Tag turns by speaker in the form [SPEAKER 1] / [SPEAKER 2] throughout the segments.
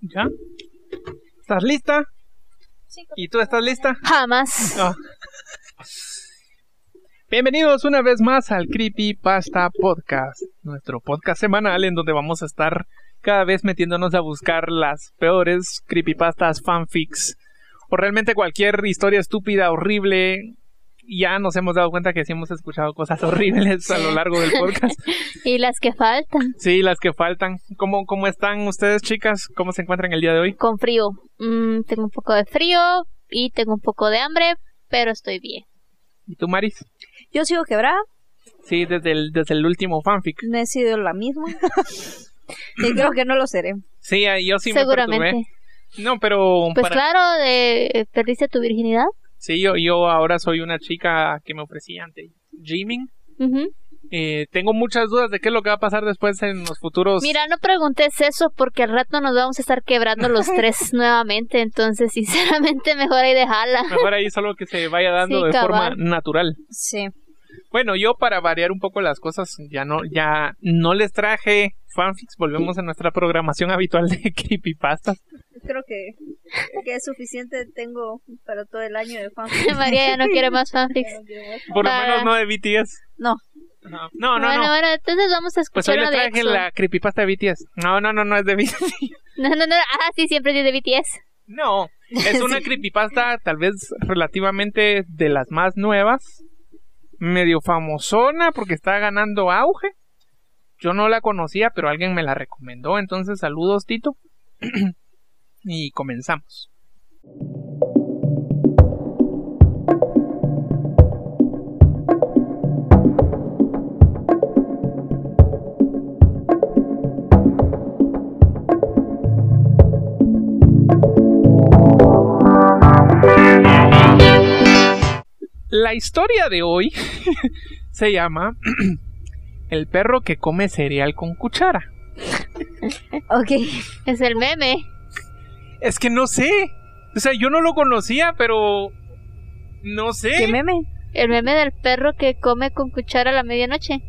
[SPEAKER 1] ¿Ya? ¿Estás lista? ¿Y tú estás lista?
[SPEAKER 2] Jamás.
[SPEAKER 1] No. Bienvenidos una vez más al Creepy Pasta Podcast, nuestro podcast semanal en donde vamos a estar cada vez metiéndonos a buscar las peores creepypastas fanfics o realmente cualquier historia estúpida, horrible. Ya nos hemos dado cuenta que sí hemos escuchado cosas horribles a lo largo del podcast.
[SPEAKER 2] Y las que faltan.
[SPEAKER 1] Sí, las que faltan. ¿Cómo, cómo están ustedes, chicas? ¿Cómo se encuentran el día de hoy?
[SPEAKER 2] Con frío. Mm, tengo un poco de frío y tengo un poco de hambre, pero estoy bien.
[SPEAKER 1] ¿Y tú, Maris?
[SPEAKER 3] Yo sigo quebrada,
[SPEAKER 1] Sí, desde el, desde el último fanfic.
[SPEAKER 3] no he sido la misma. y creo que no lo seré.
[SPEAKER 1] Sí, ahí yo sí me perturbé.
[SPEAKER 2] Seguramente.
[SPEAKER 1] No, pero
[SPEAKER 2] Pues
[SPEAKER 1] para-
[SPEAKER 2] claro, de, eh, perdiste tu virginidad.
[SPEAKER 1] sí, yo, yo ahora soy una chica que me ofrecí ante Jimmy.
[SPEAKER 2] Ujú.
[SPEAKER 1] Eh, tengo muchas dudas de qué es lo que va a pasar después en los futuros.
[SPEAKER 2] Mira, no preguntes eso porque al rato nos vamos a estar quebrando los tres nuevamente. Entonces, sinceramente, mejor ahí dejarla.
[SPEAKER 1] Mejor ahí solo que se vaya dando
[SPEAKER 2] Sí,
[SPEAKER 1] de forma
[SPEAKER 2] cabal.
[SPEAKER 1] natural.
[SPEAKER 3] Sí.
[SPEAKER 1] Bueno, yo para variar un poco las cosas, ya no, ya no les traje fanfics. Volvemos a nuestra programación habitual de creepypastas.
[SPEAKER 3] Creo que, que es suficiente tengo para todo el año de fan.
[SPEAKER 2] María ya no quiere más fanfics.
[SPEAKER 1] Por lo
[SPEAKER 2] Para-
[SPEAKER 1] menos no de BTS.
[SPEAKER 3] No.
[SPEAKER 1] No, no, no.
[SPEAKER 2] Ah. bueno,
[SPEAKER 1] no.
[SPEAKER 2] bueno, entonces vamos a
[SPEAKER 1] Pues
[SPEAKER 2] escuchar
[SPEAKER 1] hoy les
[SPEAKER 2] una de
[SPEAKER 1] traje
[SPEAKER 2] EXO.
[SPEAKER 1] la creepypasta de BTS. No, no, no, no es de BTS.
[SPEAKER 2] No, no, no. Ah, sí, siempre es de BTS.
[SPEAKER 1] No, es una creepypasta tal vez relativamente de las más nuevas, medio famosona porque está ganando auge. Yo no la conocía, pero alguien me la recomendó, entonces saludos Tito. y comenzamos. La historia de hoy se llama El perro que come cereal con cuchara.
[SPEAKER 3] Ok.
[SPEAKER 2] Es el meme.
[SPEAKER 1] Es que no sé. O sea, yo no lo conocía, pero no sé.
[SPEAKER 3] ¿Qué meme?
[SPEAKER 2] El meme del perro que come con cuchara a la medianoche.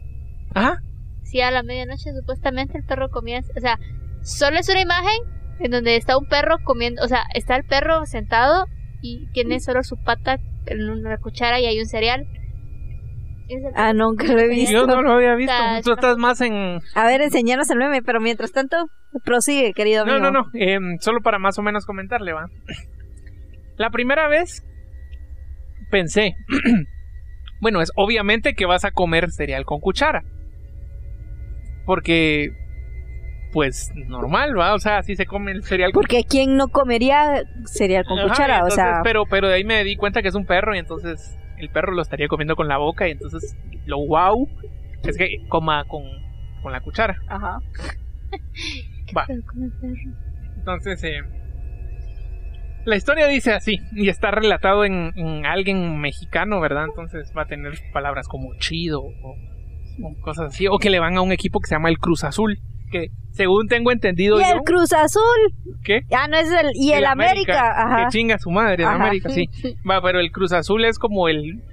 [SPEAKER 1] Ah,
[SPEAKER 2] Sí, a la medianoche supuestamente el perro comía, o sea, solo es una imagen en donde está un perro comiendo, o sea, está el perro sentado y tiene solo su pata en una cuchara y hay un cereal. Es el-
[SPEAKER 3] Ah, nunca lo he visto.
[SPEAKER 1] yo no lo había visto.
[SPEAKER 2] Está-
[SPEAKER 1] Tú estás más en
[SPEAKER 3] A ver, enseñanos el meme, pero mientras tanto, prosigue, querido
[SPEAKER 1] No,
[SPEAKER 3] amigo.
[SPEAKER 1] no, no. em, solo para más o menos comentarle, va. La primera vez pensé, bueno, es obviamente que vas a comer cereal con cuchara. Porque, pues, normal, va. O sea, así se come el cereal con
[SPEAKER 3] Porque ¿quién no comería cereal con
[SPEAKER 1] Ajá,
[SPEAKER 3] cuchara?
[SPEAKER 1] entonces,
[SPEAKER 3] o sea,
[SPEAKER 1] Pero, pero de ahí me di cuenta que es un perro y entonces el perro lo estaría comiendo con la boca y entonces lo wow es que coma con, con la cuchara.
[SPEAKER 3] ajá.
[SPEAKER 1] Va.
[SPEAKER 2] Pero come el perro.
[SPEAKER 1] Entonces, eh, la historia dice así, y está relatado en, en alguien mexicano, ¿verdad? Entonces va a tener palabras como chido o, o cosas así, o que le van a un equipo que se llama el Cruz Azul, que según tengo entendido
[SPEAKER 3] Y
[SPEAKER 1] yo,
[SPEAKER 3] el Cruz Azul.
[SPEAKER 1] ¿qué?
[SPEAKER 3] Ah, no es el. Y el, América. Ajá.
[SPEAKER 1] Que chinga su madre, el
[SPEAKER 3] Ajá.
[SPEAKER 1] América, sí. Va, pero el Cruz Azul es como el,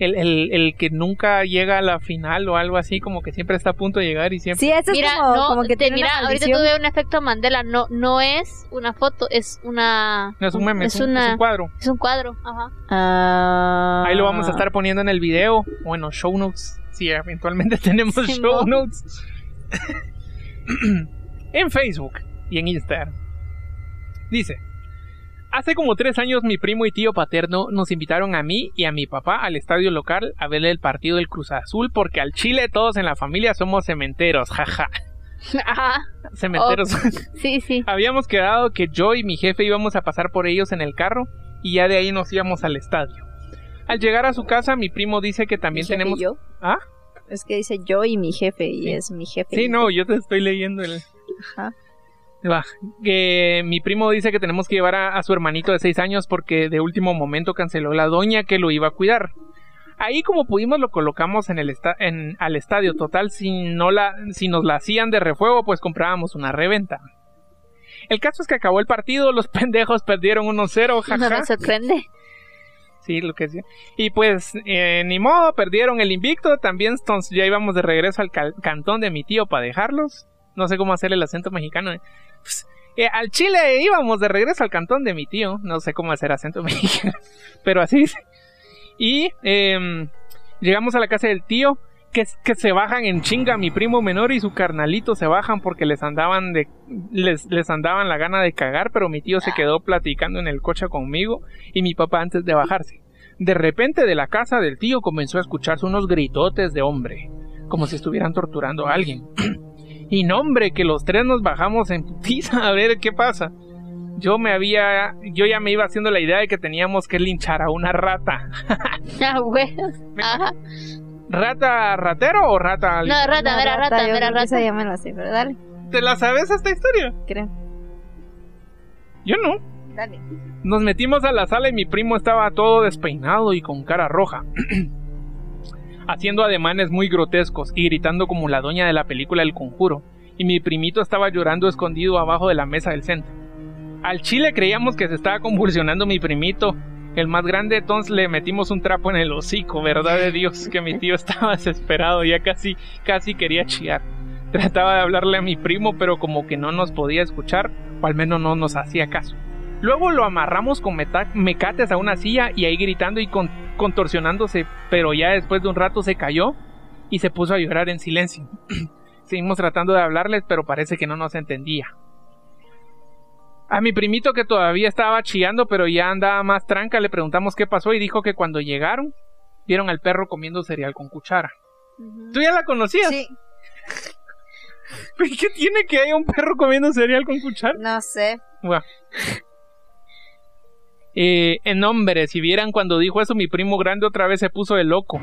[SPEAKER 1] el, el, el que nunca llega a la final o algo así, como que siempre está a punto de llegar y siempre...
[SPEAKER 3] Sí, ese
[SPEAKER 2] Mira,
[SPEAKER 3] es como,
[SPEAKER 2] no,
[SPEAKER 3] como que
[SPEAKER 2] te-
[SPEAKER 3] tiene
[SPEAKER 2] mira,
[SPEAKER 3] una
[SPEAKER 2] ahorita
[SPEAKER 3] maldición.
[SPEAKER 2] tuve un efecto Mandela, no no es una foto, es una
[SPEAKER 1] No es
[SPEAKER 3] Mm,
[SPEAKER 1] un meme, es, un,
[SPEAKER 2] una-
[SPEAKER 1] es un cuadro.
[SPEAKER 2] es un cuadro, ajá.
[SPEAKER 3] Ah.
[SPEAKER 1] Ahí lo vamos a estar poniendo en el video o en los show notes, si eventualmente tenemos
[SPEAKER 2] Sí,
[SPEAKER 1] show
[SPEAKER 2] no.
[SPEAKER 1] notes. en Facebook y en Instagram. Dice, hace como tres años mi primo y tío paterno nos invitaron a mí y a mi papá al estadio local a ver el partido del Cruz Azul porque al Chile todos en la familia somos cementeros, jaja.
[SPEAKER 2] Ajá.
[SPEAKER 1] Cementeros.
[SPEAKER 2] Sí, sí.
[SPEAKER 1] Habíamos quedado que yo y mi jefe íbamos a pasar por ellos en el carro y ya de ahí nos íbamos al estadio. Al llegar a su casa, mi primo dice que
[SPEAKER 3] Mi
[SPEAKER 1] también
[SPEAKER 3] jefe y
[SPEAKER 1] tenemos...
[SPEAKER 3] yo.
[SPEAKER 1] ¿Ah?
[SPEAKER 3] Es que dice yo y mi jefe, y
[SPEAKER 1] Sí.
[SPEAKER 3] es mi jefe.
[SPEAKER 1] Sí, no, yo te estoy leyendo el...
[SPEAKER 3] Ajá.
[SPEAKER 1] Va, que mi primo dice que tenemos que llevar a, a su hermanito de 6 años porque de último momento canceló la doña que lo iba a cuidar. Ahí como pudimos lo colocamos en el esta- en, al estadio total, si, no la, si nos la hacían de refuego pues comprábamos una reventa. El caso es que acabó el partido, los pendejos perdieron 1-0,
[SPEAKER 2] No
[SPEAKER 1] jaja.
[SPEAKER 2] me sorprende.
[SPEAKER 1] Sí, lo que decía. Y pues, eh, ni modo, perdieron el invicto. También entonces ya íbamos de regreso al cal- cantón de mi tío para dejarlos. No sé cómo hacer el acento mexicano. eh. Pues, Eh, al Chile íbamos de regreso al cantón de mi tío. No sé cómo hacer acento mexicano, pero así dice. Y em, llegamos a la casa del tío, que, es- que se bajan en chinga. Mi primo menor y su carnalito se bajan porque les andaban, de, les, les andaban la gana de cagar, pero mi tío se quedó platicando en el coche conmigo y mi papá antes de bajarse. De repente de la casa del tío comenzó a escucharse unos gritotes de hombre, como si estuvieran torturando a alguien. Y no, hombre, que los tres nos bajamos en putiza a ver qué pasa. Yo me había. Yo ya me iba haciendo la idea de que teníamos que linchar a una rata.
[SPEAKER 2] Ah, huevos. Ajá.
[SPEAKER 1] ¿Rata ratero o rata.?
[SPEAKER 2] No, rata,
[SPEAKER 3] Una
[SPEAKER 2] mera rata,
[SPEAKER 3] yo
[SPEAKER 2] mera
[SPEAKER 3] creo que
[SPEAKER 2] rata.
[SPEAKER 3] Esa ya me la sé, pero dale,
[SPEAKER 1] ¿Te la sabes esta historia?
[SPEAKER 3] creo.
[SPEAKER 1] Yo no.
[SPEAKER 3] Dale.
[SPEAKER 1] Nos metimos a la sala y mi primo estaba todo despeinado y con cara roja, haciendo ademanes muy grotescos y gritando como la doña de la película El Conjuro, y mi primito estaba llorando escondido abajo de la mesa del centro. Al chile creíamos que se estaba convulsionando mi primito, el más grande, entonces le metimos un trapo en el hocico, verdad de Dios, que mi tío estaba desesperado, ya casi, casi quería chillar. Trataba de hablarle a mi primo, pero como que no nos podía escuchar, o al menos no nos hacía caso. Luego lo amarramos con meta- mecates a una silla y ahí gritando y con- contorsionándose, pero ya después de un rato se cayó y se puso a llorar en silencio. Seguimos tratando de hablarles, pero parece que no nos entendía. A mi primito que todavía estaba chillando, pero ya andaba más tranca, le preguntamos qué pasó y dijo que cuando llegaron vieron al perro comiendo cereal con cuchara. ¿Tú ya la conocías?
[SPEAKER 3] Sí,
[SPEAKER 1] ¿Qué tiene que haya un perro comiendo cereal con cuchara?
[SPEAKER 3] no sé.
[SPEAKER 1] Buah. Eh, en hombre, si vieran cuando dijo eso, mi primo grande otra vez se puso de loco.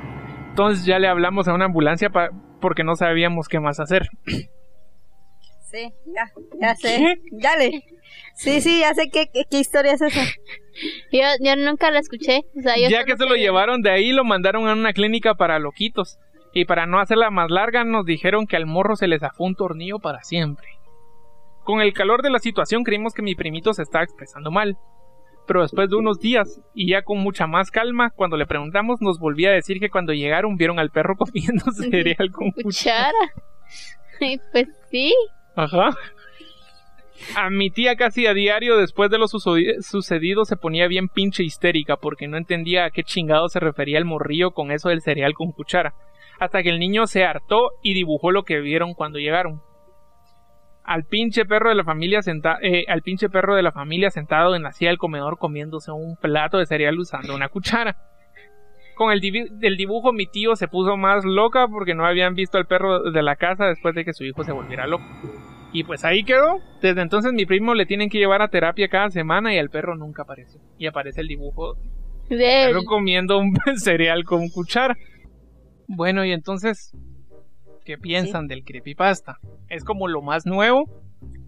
[SPEAKER 1] Entonces ya le hablamos a una ambulancia pa- porque no sabíamos qué más hacer.
[SPEAKER 3] Sí, ya, ya sé. Dale. Sí, sí, ya sé qué, qué, qué historia es esa.
[SPEAKER 2] Yo, yo nunca la escuché. O sea, yo
[SPEAKER 1] ya
[SPEAKER 2] solo
[SPEAKER 1] que se lo
[SPEAKER 2] sé-
[SPEAKER 1] llevaron de ahí, lo mandaron a una clínica para loquitos. Y para no hacerla más larga, nos dijeron que al morro se le zafó un tornillo para siempre. Con el calor de la situación creímos que mi primito se estaba expresando mal. Pero después de unos días, y ya con mucha más calma, cuando le preguntamos, nos volvía a decir que cuando llegaron vieron al perro comiendo cereal con
[SPEAKER 2] Cuchara. Y pues sí.
[SPEAKER 1] Ajá. A mi tía casi a diario después de lo suso- sucedido se ponía bien pinche histérica porque no entendía a qué chingado se refería el morrillo con eso del cereal con cuchara. Hasta que el niño se hartó y dibujó lo que vieron cuando llegaron. Al pinche perro de la familia senta- eh, al pinche perro de la familia sentado en la silla del comedor comiéndose un plato de cereal usando una cuchara. Con el, divi- del dibujo mi tío se puso más loca porque no habían visto al perro de la casa después de que su hijo se volviera loco. Y pues ahí quedó. Desde entonces mi primo le tienen que llevar a terapia cada semana y al perro nunca aparece. Y aparece el dibujo
[SPEAKER 2] De él.
[SPEAKER 1] perro comiendo un cereal con cuchara. Bueno, y entonces, ¿qué piensan del creepypasta? Es como lo más nuevo.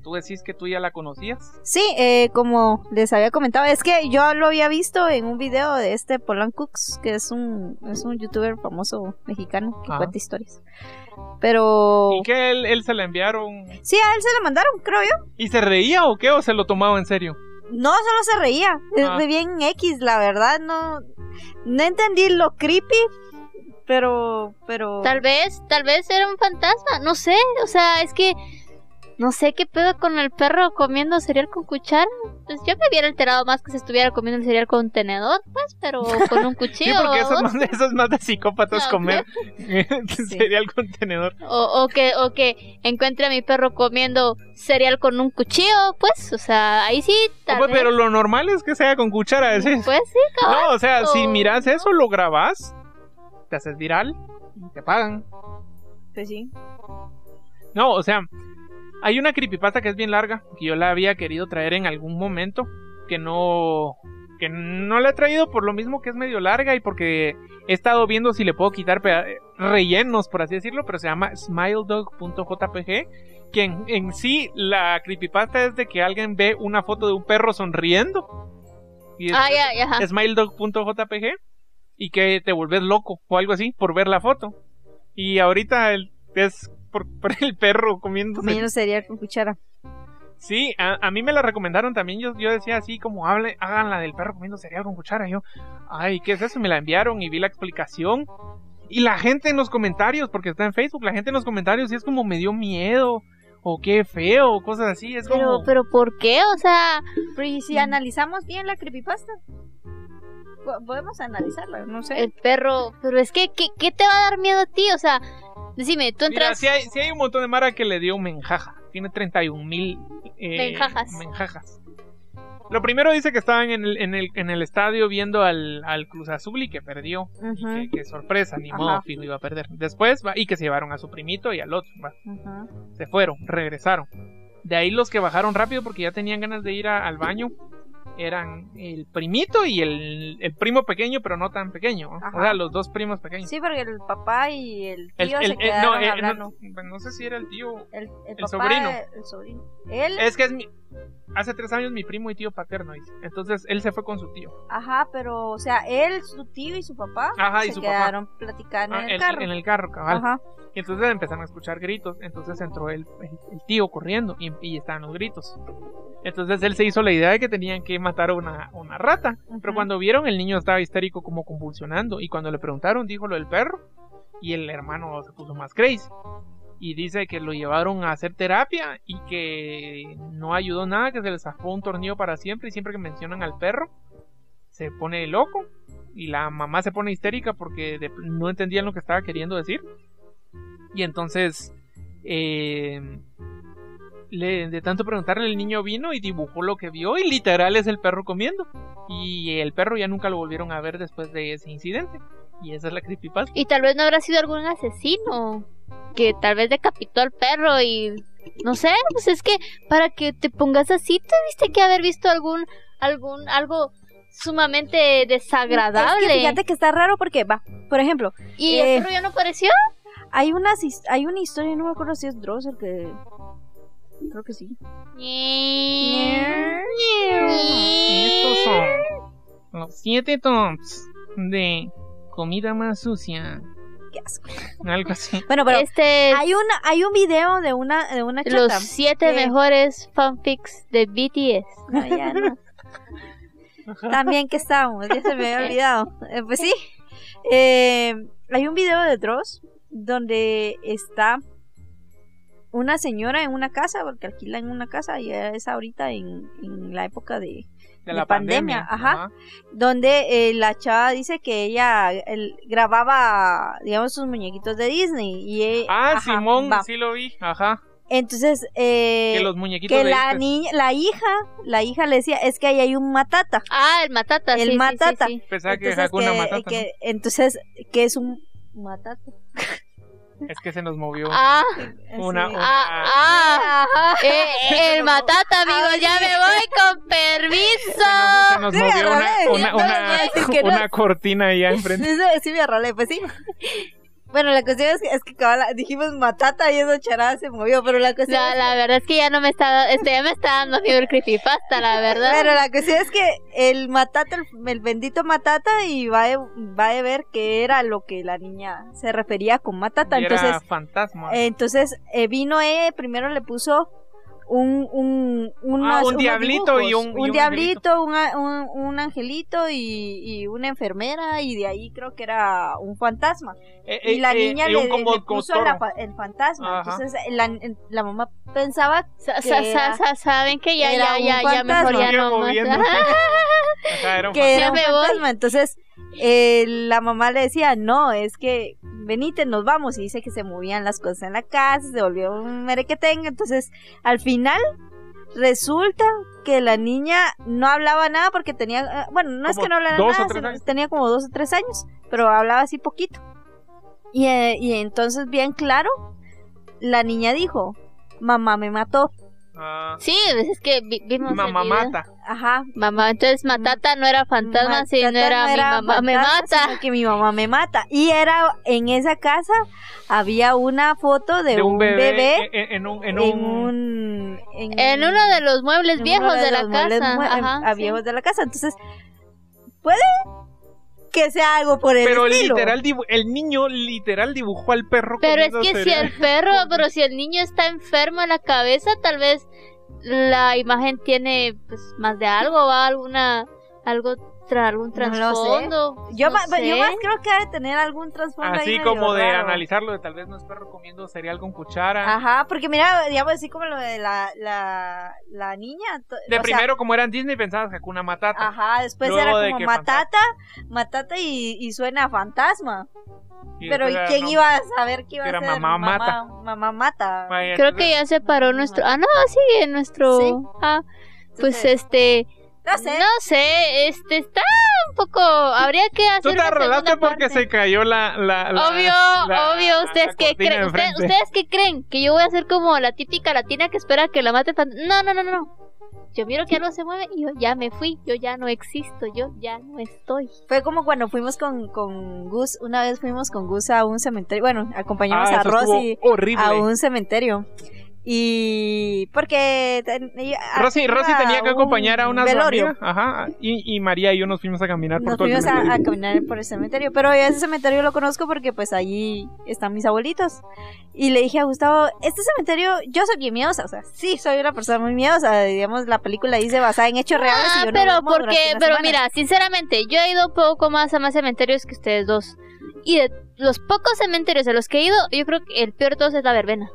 [SPEAKER 1] ¿Tú decís que tú ya la conocías?
[SPEAKER 3] Sí, eh, como les había comentado, es que yo lo había visto en un video de este Polan Cooks, que es un, es un youtuber famoso mexicano que
[SPEAKER 1] Ajá.
[SPEAKER 3] cuenta historias. Pero...
[SPEAKER 1] Ah.
[SPEAKER 2] Oh.
[SPEAKER 1] ¿Y que él, él se la enviaron?
[SPEAKER 3] Sí, a él se lo mandaron, creo yo.
[SPEAKER 1] ¿Y se reía o qué? ¿O se lo tomaba en serio?
[SPEAKER 3] No, solo se reía. Es
[SPEAKER 1] Ah.
[SPEAKER 3] de bien X, la verdad, no... No entendí lo creepy, pero... pero...
[SPEAKER 2] Tal vez, tal vez era un fantasma. No sé. O sea, es que. No sé qué pedo con el perro comiendo cereal con cuchara. Pues yo me hubiera alterado más que se estuviera comiendo el cereal con tenedor, pues, pero con un
[SPEAKER 1] Sí,
[SPEAKER 2] cuchillo.
[SPEAKER 1] porque eso es,
[SPEAKER 2] o-
[SPEAKER 1] más, eso es más de psicópatas
[SPEAKER 2] No,
[SPEAKER 1] comer cereal con tenedor.
[SPEAKER 2] O, o que, o que encuentre a mi perro comiendo cereal con un cuchillo, pues, o sea, ahí sí, tal
[SPEAKER 1] Opa,
[SPEAKER 2] vez.
[SPEAKER 1] pero lo normal es que sea con cuchara, ¿sí?
[SPEAKER 2] Pues sí, cabrón.
[SPEAKER 1] No, o sea, si
[SPEAKER 2] o-
[SPEAKER 1] miras eso, lo grabás, te haces viral, y te pagan.
[SPEAKER 3] Pues sí.
[SPEAKER 1] No, o sea, hay una creepypasta que es bien larga, que yo la había querido traer en algún momento, que no que no la he traído por lo mismo que es medio larga y porque he estado viendo si le puedo quitar peda- rellenos, por así decirlo, pero se llama smiledog.jpg, que en, en sí la creepypasta es de que alguien ve una foto de un perro sonriendo. Y
[SPEAKER 2] Ah, ya, ya, ajá.
[SPEAKER 1] smiledog.jpg y que te volvés loco o algo así por ver la foto. Y ahorita el, es por, por el perro comiendo.
[SPEAKER 3] Menos sería con cuchara.
[SPEAKER 1] Sí, a, a mí me la recomendaron también. Yo, yo decía así como hable, hagan la del perro comiendo cereal con cuchara. Y yo, ay, ¿qué es eso? Me la enviaron y vi la explicación. Y la gente en los comentarios, porque está en Facebook, la gente en los comentarios sí es como me dio miedo. o qué feo, cosas así. Es
[SPEAKER 2] Pero,
[SPEAKER 1] como.
[SPEAKER 2] pero ¿por qué? O sea,
[SPEAKER 3] Pero ¿y
[SPEAKER 2] Mm.
[SPEAKER 3] si analizamos bien la creepypasta, Po- podemos analizarla, no sé.
[SPEAKER 2] el perro. Pero es que, ¿qué, qué te va a dar miedo a ti? O sea, decime, tú
[SPEAKER 1] Mira,
[SPEAKER 2] entras.
[SPEAKER 1] si hay, sí hay un montón de Mara que le dio un menjaja. Tiene 31 mil eh,
[SPEAKER 2] Menjajas.
[SPEAKER 1] menjajas. Lo primero dice que estaban en el, en el, en el estadio viendo al, al Cruz Azul y que perdió. Y
[SPEAKER 3] Ujú,
[SPEAKER 1] que, que sorpresa, ni
[SPEAKER 3] Ajá.
[SPEAKER 1] modo, fijo, iba a perder. Después, va, y que se llevaron a su primito y al otro. va.
[SPEAKER 3] ujú.
[SPEAKER 1] Se fueron, regresaron. De ahí los que bajaron rápido porque ya tenían ganas de ir a- al baño eran el primito y el, el primo pequeño, pero no tan pequeño. ¿no?
[SPEAKER 3] Ajá.
[SPEAKER 1] O sea, los dos primos pequeños.
[SPEAKER 3] Sí, porque el papá y el
[SPEAKER 1] El-
[SPEAKER 3] tío
[SPEAKER 1] el-
[SPEAKER 3] se
[SPEAKER 1] el-
[SPEAKER 3] quedaron
[SPEAKER 1] no, eh, no,
[SPEAKER 3] hablando.
[SPEAKER 1] no sé si era el tío
[SPEAKER 3] el, el papá,
[SPEAKER 1] sobrino. Eh.
[SPEAKER 3] El sobrino. Él,
[SPEAKER 1] Es que es mi... Hace tres años mi primo y tío paterno, dice. Entonces él se fue con su tío.
[SPEAKER 3] ajá, pero, o sea, él, su tío y su papá
[SPEAKER 1] Ajá, y
[SPEAKER 3] se
[SPEAKER 1] su papá.
[SPEAKER 3] quedaron platicando
[SPEAKER 1] Ah,
[SPEAKER 3] en el carro.
[SPEAKER 1] En el carro, cabal.
[SPEAKER 3] Ajá.
[SPEAKER 1] Y entonces empezaron a escuchar gritos. Entonces entró el, el- el tío corriendo y, y estaban los gritos. Entonces él se hizo la idea de que tenían que matar a una, una rata. Pero
[SPEAKER 3] Ujú.
[SPEAKER 1] cuando vieron, el niño estaba histérico, como convulsionando. Y cuando le preguntaron, dijo lo del perro. Y el hermano se puso más crazy. Y dice que lo llevaron a hacer terapia y que no ayudó nada, que se le zafó un tornillo para siempre. Y siempre que mencionan al perro, se pone loco. Y la mamá se pone histérica porque de- no entendían lo que estaba queriendo decir. Y entonces, eh, le- de tanto preguntarle, el niño vino y dibujó lo que vio. Y literal es el perro comiendo. Y el perro ya nunca lo volvieron a ver después de ese incidente. Y esa es la creepypasta.
[SPEAKER 2] Y tal vez no habrá sido algún asesino que tal vez decapitó al perro y no sé, pues es que para que te pongas así tuviste que haber visto algún algún algo sumamente desagradable.
[SPEAKER 3] Es que fíjate que está raro porque, va, por ejemplo,
[SPEAKER 2] y
[SPEAKER 3] eh,
[SPEAKER 2] el perro ya no apareció.
[SPEAKER 3] hay una, hay una historia, no me acuerdo si es Dross el que... Creo que sí.
[SPEAKER 1] Estos son los siete tops de comida más sucia.
[SPEAKER 3] Qué asco.
[SPEAKER 1] Algo así.
[SPEAKER 3] Bueno, pero
[SPEAKER 2] este
[SPEAKER 3] hay, una, hay un video de una, de una chata. Eh.
[SPEAKER 2] los siete
[SPEAKER 3] Sí.
[SPEAKER 2] mejores fanfics de BTS.
[SPEAKER 3] No, Ah, ya no. También que estábamos, ya se me había olvidado. Eh, pues sí, Eh, hay un video de Dross donde está una señora en una casa, porque alquila en una casa y es ahorita en, en la época de...
[SPEAKER 1] De
[SPEAKER 3] De
[SPEAKER 1] la
[SPEAKER 3] pandemia,
[SPEAKER 1] pandemia.
[SPEAKER 3] ajá. Donde eh, la chava dice que ella el- grababa, digamos, sus muñequitos de Disney. Y, eh,
[SPEAKER 1] Ah,
[SPEAKER 3] ajá,
[SPEAKER 1] Simón,
[SPEAKER 3] va.
[SPEAKER 1] sí lo vi. Ajá.
[SPEAKER 3] Entonces, eh,
[SPEAKER 1] que los muñequitos
[SPEAKER 3] que
[SPEAKER 1] de
[SPEAKER 3] la
[SPEAKER 1] Disney-
[SPEAKER 3] niña, la hija, la hija le decía, es que ahí hay un matata.
[SPEAKER 2] Ah, el Matata,
[SPEAKER 3] El
[SPEAKER 2] sí, sí, sí,
[SPEAKER 3] Matata.
[SPEAKER 2] sí.
[SPEAKER 1] Pensaba que
[SPEAKER 3] Entonces,
[SPEAKER 1] Hakuna
[SPEAKER 3] que-
[SPEAKER 1] Matata.
[SPEAKER 3] que- entonces, que es un matata.
[SPEAKER 1] ¿no? Es que se nos movió.
[SPEAKER 2] Ah,
[SPEAKER 1] Una-
[SPEAKER 3] Así.
[SPEAKER 2] ah, ah. Eh, el Matata, amigos, ya me voy con permiso.
[SPEAKER 1] se nos
[SPEAKER 3] Sí,
[SPEAKER 1] movió
[SPEAKER 3] al
[SPEAKER 1] una,
[SPEAKER 3] revés.
[SPEAKER 1] una,
[SPEAKER 3] No,
[SPEAKER 1] una-
[SPEAKER 3] no, es que no.
[SPEAKER 1] una cortina allá enfrente.
[SPEAKER 3] Sí, sí, sí me arrolé, pues sí. Bueno, la cuestión es que, es que cabal, dijimos matata y esa charada se movió, pero la cuestión
[SPEAKER 2] No,
[SPEAKER 3] es-
[SPEAKER 2] la verdad es que ya no me está, este, ya me está dando miedo el creepypasta, la verdad.
[SPEAKER 3] Pero la cuestión es que el matata, el, el bendito matata, y va de, va de ver que era lo que la niña se refería con matata.
[SPEAKER 1] Y
[SPEAKER 3] Entonces,
[SPEAKER 1] era fantasma.
[SPEAKER 3] entonces eh, vino ella, primero le puso un, un, unos-
[SPEAKER 1] Ah, un
[SPEAKER 3] unos
[SPEAKER 1] diablito y
[SPEAKER 3] dibujos.
[SPEAKER 1] un- y un
[SPEAKER 3] diablito, un, a- un, un angelito y, y una enfermera, y de ahí creo que era un fantasma.
[SPEAKER 1] Eh, eh,
[SPEAKER 3] Y la
[SPEAKER 1] eh,
[SPEAKER 3] niña
[SPEAKER 1] y
[SPEAKER 3] le,
[SPEAKER 1] un como-
[SPEAKER 3] le
[SPEAKER 1] como
[SPEAKER 3] puso la
[SPEAKER 1] toro.
[SPEAKER 3] fa- el fantasma.
[SPEAKER 1] Ajá.
[SPEAKER 3] Entonces la, la mamá pensaba,
[SPEAKER 2] Sa- sa- sa- sa- saben que ya, ya,
[SPEAKER 3] Era un
[SPEAKER 2] ya, ya,
[SPEAKER 3] fantasma.
[SPEAKER 2] mejor ya
[SPEAKER 1] Sigue
[SPEAKER 2] no más.
[SPEAKER 1] moviendo. Ajá, era un
[SPEAKER 3] que era
[SPEAKER 2] Ya
[SPEAKER 3] un
[SPEAKER 2] me voy.
[SPEAKER 3] fantasma. Entonces eh, la mamá le decía, no, es que venite, nos vamos. Y dice que se movían las cosas en la casa, se volvió un merequetengue. Entonces al final resulta que la niña no hablaba nada porque tenía, eh, bueno, no es
[SPEAKER 1] Como
[SPEAKER 3] que no hablara
[SPEAKER 1] dos o
[SPEAKER 3] nada,
[SPEAKER 1] tres
[SPEAKER 3] sino que
[SPEAKER 1] años.
[SPEAKER 3] tenía como dos o tres años, pero hablaba así poquito. Y, eh, y entonces bien claro, la niña dijo, mamá me mató.
[SPEAKER 1] Ah,
[SPEAKER 2] Sí, pues es que vi- vimos el
[SPEAKER 1] mamá
[SPEAKER 2] video.
[SPEAKER 1] mata.
[SPEAKER 3] Ajá,
[SPEAKER 2] Mamá, entonces Matata no era fantasma,
[SPEAKER 3] Matata
[SPEAKER 2] sino era
[SPEAKER 3] no
[SPEAKER 2] mi
[SPEAKER 3] era
[SPEAKER 2] mamá me
[SPEAKER 3] fantasma,
[SPEAKER 2] mata.
[SPEAKER 3] sino que mi mamá me mata. Y era en esa casa había una foto de,
[SPEAKER 1] de un bebé,
[SPEAKER 3] bebé
[SPEAKER 1] en, en un, en
[SPEAKER 3] en,
[SPEAKER 1] un-
[SPEAKER 3] un en,
[SPEAKER 2] En uno de los muebles
[SPEAKER 3] en
[SPEAKER 2] viejos
[SPEAKER 3] uno
[SPEAKER 2] de, la
[SPEAKER 3] los muebles
[SPEAKER 2] casa.
[SPEAKER 3] mue-
[SPEAKER 2] Ajá,
[SPEAKER 3] a
[SPEAKER 2] sí.
[SPEAKER 3] viejos de la casa. Entonces puede que sea algo por el
[SPEAKER 1] pero
[SPEAKER 3] estilo.
[SPEAKER 1] literal dibu- el niño literal dibujó al perro
[SPEAKER 2] Pero es
[SPEAKER 1] comiendo
[SPEAKER 2] que si
[SPEAKER 1] cereal.
[SPEAKER 2] el perro, pero si el niño está enfermo en la cabeza, tal vez la imagen tiene pues más de algo, va alguna algo traer algún
[SPEAKER 3] No lo sé.
[SPEAKER 2] trasfondo.
[SPEAKER 3] Yo,
[SPEAKER 2] no
[SPEAKER 3] ma- yo
[SPEAKER 2] sé.
[SPEAKER 3] más creo que ha de tener algún trasfondo ahí
[SPEAKER 1] Así
[SPEAKER 3] medio
[SPEAKER 1] como de
[SPEAKER 3] raro. Ah,
[SPEAKER 1] analizarlo, de tal vez no es perro comiendo cereal con cuchara.
[SPEAKER 3] Ajá, porque mira, digamos así como lo de la, la, la niña.
[SPEAKER 1] de
[SPEAKER 3] to- o sea, Ah,
[SPEAKER 1] primero, como era en Disney, pensabas Hakuna Matata.
[SPEAKER 3] Ajá, después
[SPEAKER 1] Luego
[SPEAKER 3] era
[SPEAKER 1] de
[SPEAKER 3] como
[SPEAKER 1] que
[SPEAKER 3] Matata, Matata y, y suena a fantasma.
[SPEAKER 1] Y
[SPEAKER 3] Pero ¿y
[SPEAKER 1] después era,
[SPEAKER 3] quién
[SPEAKER 1] no,
[SPEAKER 3] iba a saber qué iba a
[SPEAKER 1] Era
[SPEAKER 3] ser?
[SPEAKER 1] mamá mata.
[SPEAKER 3] Mamá mata.
[SPEAKER 1] vaya,
[SPEAKER 2] Creo
[SPEAKER 1] entonces-
[SPEAKER 2] que ya se paró nuestro. Ah, no, sí, nuestro.
[SPEAKER 3] Sí.
[SPEAKER 2] Ah, pues
[SPEAKER 3] Entonces,
[SPEAKER 2] este.
[SPEAKER 3] No sé.
[SPEAKER 2] No sé, este está un poco. Habría que hacer.
[SPEAKER 1] Tú te
[SPEAKER 2] una
[SPEAKER 1] arreglaste
[SPEAKER 2] segunda
[SPEAKER 1] porque
[SPEAKER 2] parte.
[SPEAKER 1] se cayó la. la, la-
[SPEAKER 2] Obvio,
[SPEAKER 1] la-
[SPEAKER 2] obvio.
[SPEAKER 1] la
[SPEAKER 2] ¿Ustedes qué
[SPEAKER 1] cortina
[SPEAKER 2] creen?
[SPEAKER 1] de
[SPEAKER 2] ¿Ustedes,
[SPEAKER 1] enfrente.
[SPEAKER 2] ustedes qué creen? ¿Que yo voy a ser como la típica latina que espera que la mate? fan- No, no, no, no, no. Yo miro que algo se mueve y yo ya me fui. Yo ya no existo. Yo ya no estoy.
[SPEAKER 3] Fue como cuando fuimos con, con Gus, una vez fuimos con Gus a un cementerio. Bueno, acompañamos
[SPEAKER 1] Ah,
[SPEAKER 3] a
[SPEAKER 1] eso
[SPEAKER 3] Rosy
[SPEAKER 1] estuvo horrible.
[SPEAKER 3] a un cementerio. Y porque ten- y- a-
[SPEAKER 1] Rosy, Rosy
[SPEAKER 3] era
[SPEAKER 1] tenía que
[SPEAKER 3] un
[SPEAKER 1] acompañar a unas
[SPEAKER 3] velorio.
[SPEAKER 1] amigas, Ajá. Y, y María y yo nos fuimos a caminar por
[SPEAKER 3] Nos
[SPEAKER 1] todo el
[SPEAKER 3] fuimos a,
[SPEAKER 1] mundo.
[SPEAKER 3] a caminar por el cementerio, pero yo ese cementerio lo conozco porque pues allí están mis abuelitos. Y le dije a Gustavo, este cementerio, yo soy bien miedosa, o sea, sí, soy una persona muy miedosa, digamos, la película dice basada en hechos reales. y
[SPEAKER 2] Ah,
[SPEAKER 3] yo no
[SPEAKER 2] pero
[SPEAKER 3] duermo durante
[SPEAKER 2] porque,
[SPEAKER 3] una
[SPEAKER 2] pero
[SPEAKER 3] semana.
[SPEAKER 2] mira, sinceramente, yo he ido un poco más a más cementerios que ustedes dos. Y de los pocos cementerios a los que he ido, yo creo que el peor de todos es la verbena.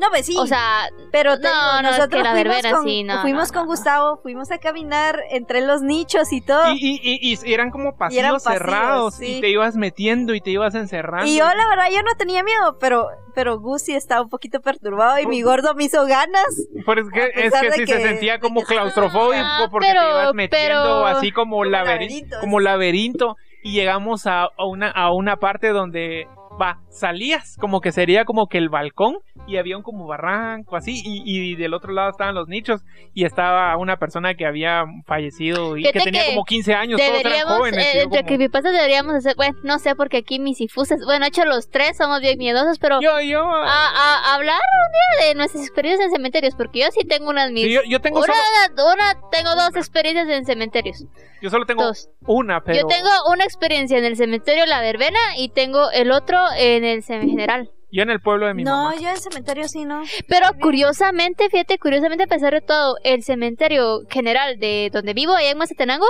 [SPEAKER 3] No, pues sí,
[SPEAKER 2] O sea,
[SPEAKER 3] pero
[SPEAKER 2] no,
[SPEAKER 3] te digo,
[SPEAKER 2] no, es que
[SPEAKER 3] nosotros
[SPEAKER 2] la
[SPEAKER 3] fuimos,
[SPEAKER 2] verbena
[SPEAKER 3] con,
[SPEAKER 2] sí, no,
[SPEAKER 3] fuimos
[SPEAKER 2] no,
[SPEAKER 3] con
[SPEAKER 2] no.
[SPEAKER 3] Gustavo, fuimos a caminar entre los nichos y todo. Y,
[SPEAKER 1] Y, y, y, y eran como pasillos,
[SPEAKER 3] eran pasillos,
[SPEAKER 1] cerrados
[SPEAKER 3] sí.
[SPEAKER 1] y te ibas metiendo y te ibas encerrando.
[SPEAKER 3] yo la verdad, yo no tenía miedo, pero, pero Gus sí estaba un poquito perturbado y
[SPEAKER 1] Oh.
[SPEAKER 3] mi gordo me hizo ganas.
[SPEAKER 1] Pero es que,
[SPEAKER 3] A
[SPEAKER 1] es
[SPEAKER 3] pesar
[SPEAKER 1] que
[SPEAKER 3] de
[SPEAKER 1] sí
[SPEAKER 3] que-
[SPEAKER 1] se sentía como
[SPEAKER 3] de que-
[SPEAKER 1] claustrofóbico
[SPEAKER 2] Ah,
[SPEAKER 1] porque te
[SPEAKER 2] pero-
[SPEAKER 1] ibas metiendo
[SPEAKER 2] pero-
[SPEAKER 1] así como, laberinto,
[SPEAKER 3] laberintos.
[SPEAKER 1] como laberinto y llegamos a, a una, a una parte donde va, salías como que sería como que el balcón y había un como barranco así y, y del otro lado estaban los nichos y estaba una persona que había fallecido y
[SPEAKER 2] Fíjate
[SPEAKER 1] que tenía
[SPEAKER 2] que
[SPEAKER 1] como 15 años, todos eran
[SPEAKER 2] deberíamos,
[SPEAKER 1] jóvenes. y
[SPEAKER 2] eh,
[SPEAKER 1] yo
[SPEAKER 2] entre
[SPEAKER 1] como-
[SPEAKER 2] creepypastas deberíamos hacer, bueno, no sé, porque aquí mis ifusas, bueno, de hecho los tres somos bien miedosos, pero
[SPEAKER 1] yo, yo,
[SPEAKER 2] a, a hablar un día de nuestras experiencias en cementerios, porque yo sí tengo unas mis...
[SPEAKER 1] sí, yo, yo tengo
[SPEAKER 2] una,
[SPEAKER 1] solo,
[SPEAKER 2] una- tengo dos experiencias en cementerios.
[SPEAKER 1] yo solo tengo
[SPEAKER 2] Dos.
[SPEAKER 1] una, pero
[SPEAKER 2] Yo tengo una experiencia en el cementerio La Verbena y tengo el otro en el semigeneral.
[SPEAKER 1] yo en el pueblo de mi
[SPEAKER 3] no,
[SPEAKER 1] mamá.
[SPEAKER 3] yo en el cementerio sí, no.
[SPEAKER 2] Pero curiosamente, fíjate, curiosamente, a pesar de todo, el cementerio general de donde vivo, allá en Mazatenango,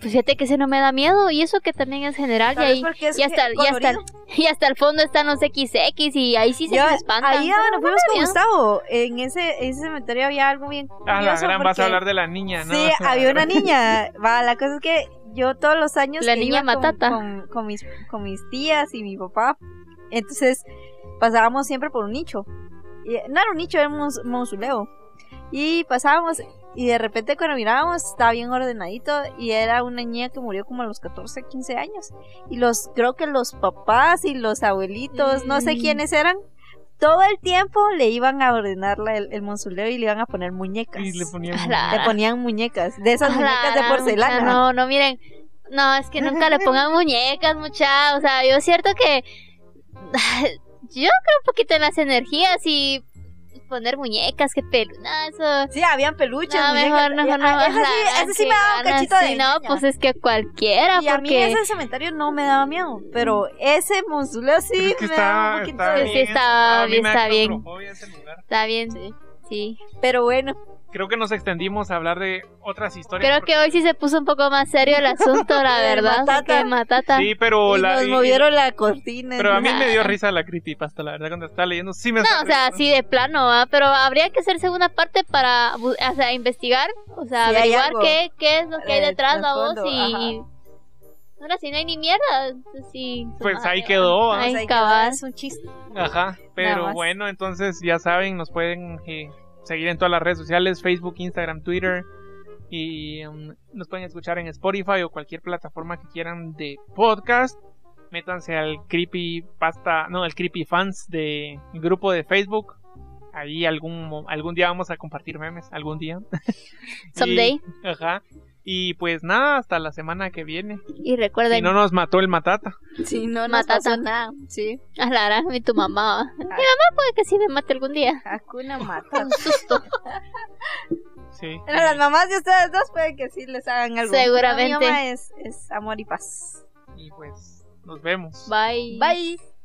[SPEAKER 2] pues fíjate que ese no me da miedo y eso que también es general y
[SPEAKER 3] Tal vez
[SPEAKER 2] ahí...
[SPEAKER 3] porque es
[SPEAKER 2] Y hasta, y, hasta,
[SPEAKER 3] colorido.
[SPEAKER 2] y hasta el fondo están los XX y ahí sí se
[SPEAKER 3] Yo-
[SPEAKER 2] me espantan.
[SPEAKER 3] Ahí
[SPEAKER 2] No,
[SPEAKER 3] ah,
[SPEAKER 2] no
[SPEAKER 3] nos
[SPEAKER 2] me
[SPEAKER 3] fuimos
[SPEAKER 2] da
[SPEAKER 3] con
[SPEAKER 2] miedo.
[SPEAKER 3] Gustavo. En ese, ese cementerio había algo bien
[SPEAKER 1] Ah, la
[SPEAKER 3] curioso
[SPEAKER 1] gran, vas a
[SPEAKER 3] porque-
[SPEAKER 1] hablar de la niña, ¿no?
[SPEAKER 3] Sí, había una niña. Va, la cosa es que yo todos los años
[SPEAKER 2] La
[SPEAKER 3] que
[SPEAKER 2] niña
[SPEAKER 3] iba con-
[SPEAKER 2] Matata.
[SPEAKER 3] Con, con mis, con mis tías y mi papá. Entonces pasábamos siempre por un nicho. Y, no era un nicho, era un maus- mausoleo. Y pasábamos y de repente cuando mirábamos estaba bien ordenadito y era una niña que murió como a los 14, 15 años. Y los creo que los papás y los abuelitos, no sé
[SPEAKER 2] Mm.
[SPEAKER 3] quiénes eran, todo el tiempo le iban a ordenar la- el, el mausoleo y le iban a poner muñecas.
[SPEAKER 1] Y le ponía
[SPEAKER 2] A
[SPEAKER 1] un-
[SPEAKER 2] la-
[SPEAKER 3] Le ponían muñecas, de esas
[SPEAKER 2] Ojalá,
[SPEAKER 3] muñecas de porcelana.
[SPEAKER 2] mucha, No, no, miren. No, es que nunca le pongan muñecas, mucha. O sea, yo es cierto que. Yo creo un poquito en las energías y poner muñecas, que pelo. No, eso.
[SPEAKER 3] Sí, habían peluches,
[SPEAKER 2] no,
[SPEAKER 3] muñecas.
[SPEAKER 2] mejor, mejor,
[SPEAKER 3] Ah,
[SPEAKER 2] no.
[SPEAKER 3] ese sí, ese sí me daba un cachito de
[SPEAKER 2] Sí, no,
[SPEAKER 3] ñaña.
[SPEAKER 2] pues es que cualquiera,
[SPEAKER 3] Y a mí
[SPEAKER 2] porque.
[SPEAKER 3] ese cementerio no me daba miedo, pero ese mausoleo sí
[SPEAKER 1] Es que
[SPEAKER 3] me daba
[SPEAKER 1] está,
[SPEAKER 3] un poquito
[SPEAKER 1] está
[SPEAKER 3] de-
[SPEAKER 2] Sí, sí, está
[SPEAKER 1] a mí me da
[SPEAKER 2] bien, está bien.
[SPEAKER 1] claustrofobia ese lugar.
[SPEAKER 2] Está bien,
[SPEAKER 3] Sí.
[SPEAKER 2] sí.
[SPEAKER 3] Pero bueno,
[SPEAKER 1] Creo que nos extendimos a hablar de otras historias.
[SPEAKER 2] Creo
[SPEAKER 1] porque-
[SPEAKER 2] que hoy sí se puso un poco más serio el asunto, la
[SPEAKER 3] De
[SPEAKER 2] verdad.
[SPEAKER 3] Matata.
[SPEAKER 2] Porque Matata.
[SPEAKER 1] Sí, pero
[SPEAKER 3] y
[SPEAKER 1] la.
[SPEAKER 3] nos
[SPEAKER 1] y-
[SPEAKER 3] movieron la cortina.
[SPEAKER 1] Pero a mí
[SPEAKER 2] Nah.
[SPEAKER 1] me dio risa la creepypasta, la verdad, cuando estaba leyendo. Sí me
[SPEAKER 2] No, o sea, sí, de plano, ¿va? pero habría que hacer segunda parte para bu- o sea, investigar, o sea,
[SPEAKER 3] Sí, hay
[SPEAKER 2] averiguar
[SPEAKER 3] algo.
[SPEAKER 2] qué, qué es lo que hay
[SPEAKER 3] Eh,
[SPEAKER 2] detrás, vamos,
[SPEAKER 3] trasfondo,
[SPEAKER 2] y... Ahora sí, no hay ni mierda, sí. su
[SPEAKER 1] Pues
[SPEAKER 2] madre,
[SPEAKER 1] ahí
[SPEAKER 2] ¿va?
[SPEAKER 1] quedó, ¿ah?
[SPEAKER 2] Ay,
[SPEAKER 3] Pues ahí
[SPEAKER 2] cabal.
[SPEAKER 3] quedó, Es un chiste.
[SPEAKER 1] Ajá.
[SPEAKER 3] Pues, Nada
[SPEAKER 1] Pero
[SPEAKER 3] más.
[SPEAKER 1] bueno, entonces ya saben, nos pueden eh, seguir en todas las redes sociales: Facebook, Instagram, Twitter. Y um, nos pueden escuchar en Spotify o cualquier plataforma que quieran de podcast. Métanse al Creepypasta, no, al Creepy Fans de grupo de Facebook. Ahí algún, mo- algún día vamos a compartir memes, algún día.
[SPEAKER 2] Someday.
[SPEAKER 1] Y- ajá. Y pues nada, hasta la semana que viene.
[SPEAKER 2] Y recuerden,
[SPEAKER 1] Si no nos mató el matata.
[SPEAKER 3] Sí, no nos
[SPEAKER 2] Matata.
[SPEAKER 3] pasó nada. Sí.
[SPEAKER 2] a la gran y tu mamá.
[SPEAKER 3] Ah.
[SPEAKER 2] ¿va? Mi mamá puede que sí me mate algún día.
[SPEAKER 3] Hakuna Matata.
[SPEAKER 2] Un susto.
[SPEAKER 1] Sí.
[SPEAKER 3] Pero las mamás de ustedes dos pueden que sí les hagan algo.
[SPEAKER 2] Seguramente.
[SPEAKER 3] Mi mamá es, es amor y paz.
[SPEAKER 1] Y pues nos vemos.
[SPEAKER 2] Bye.
[SPEAKER 3] Bye.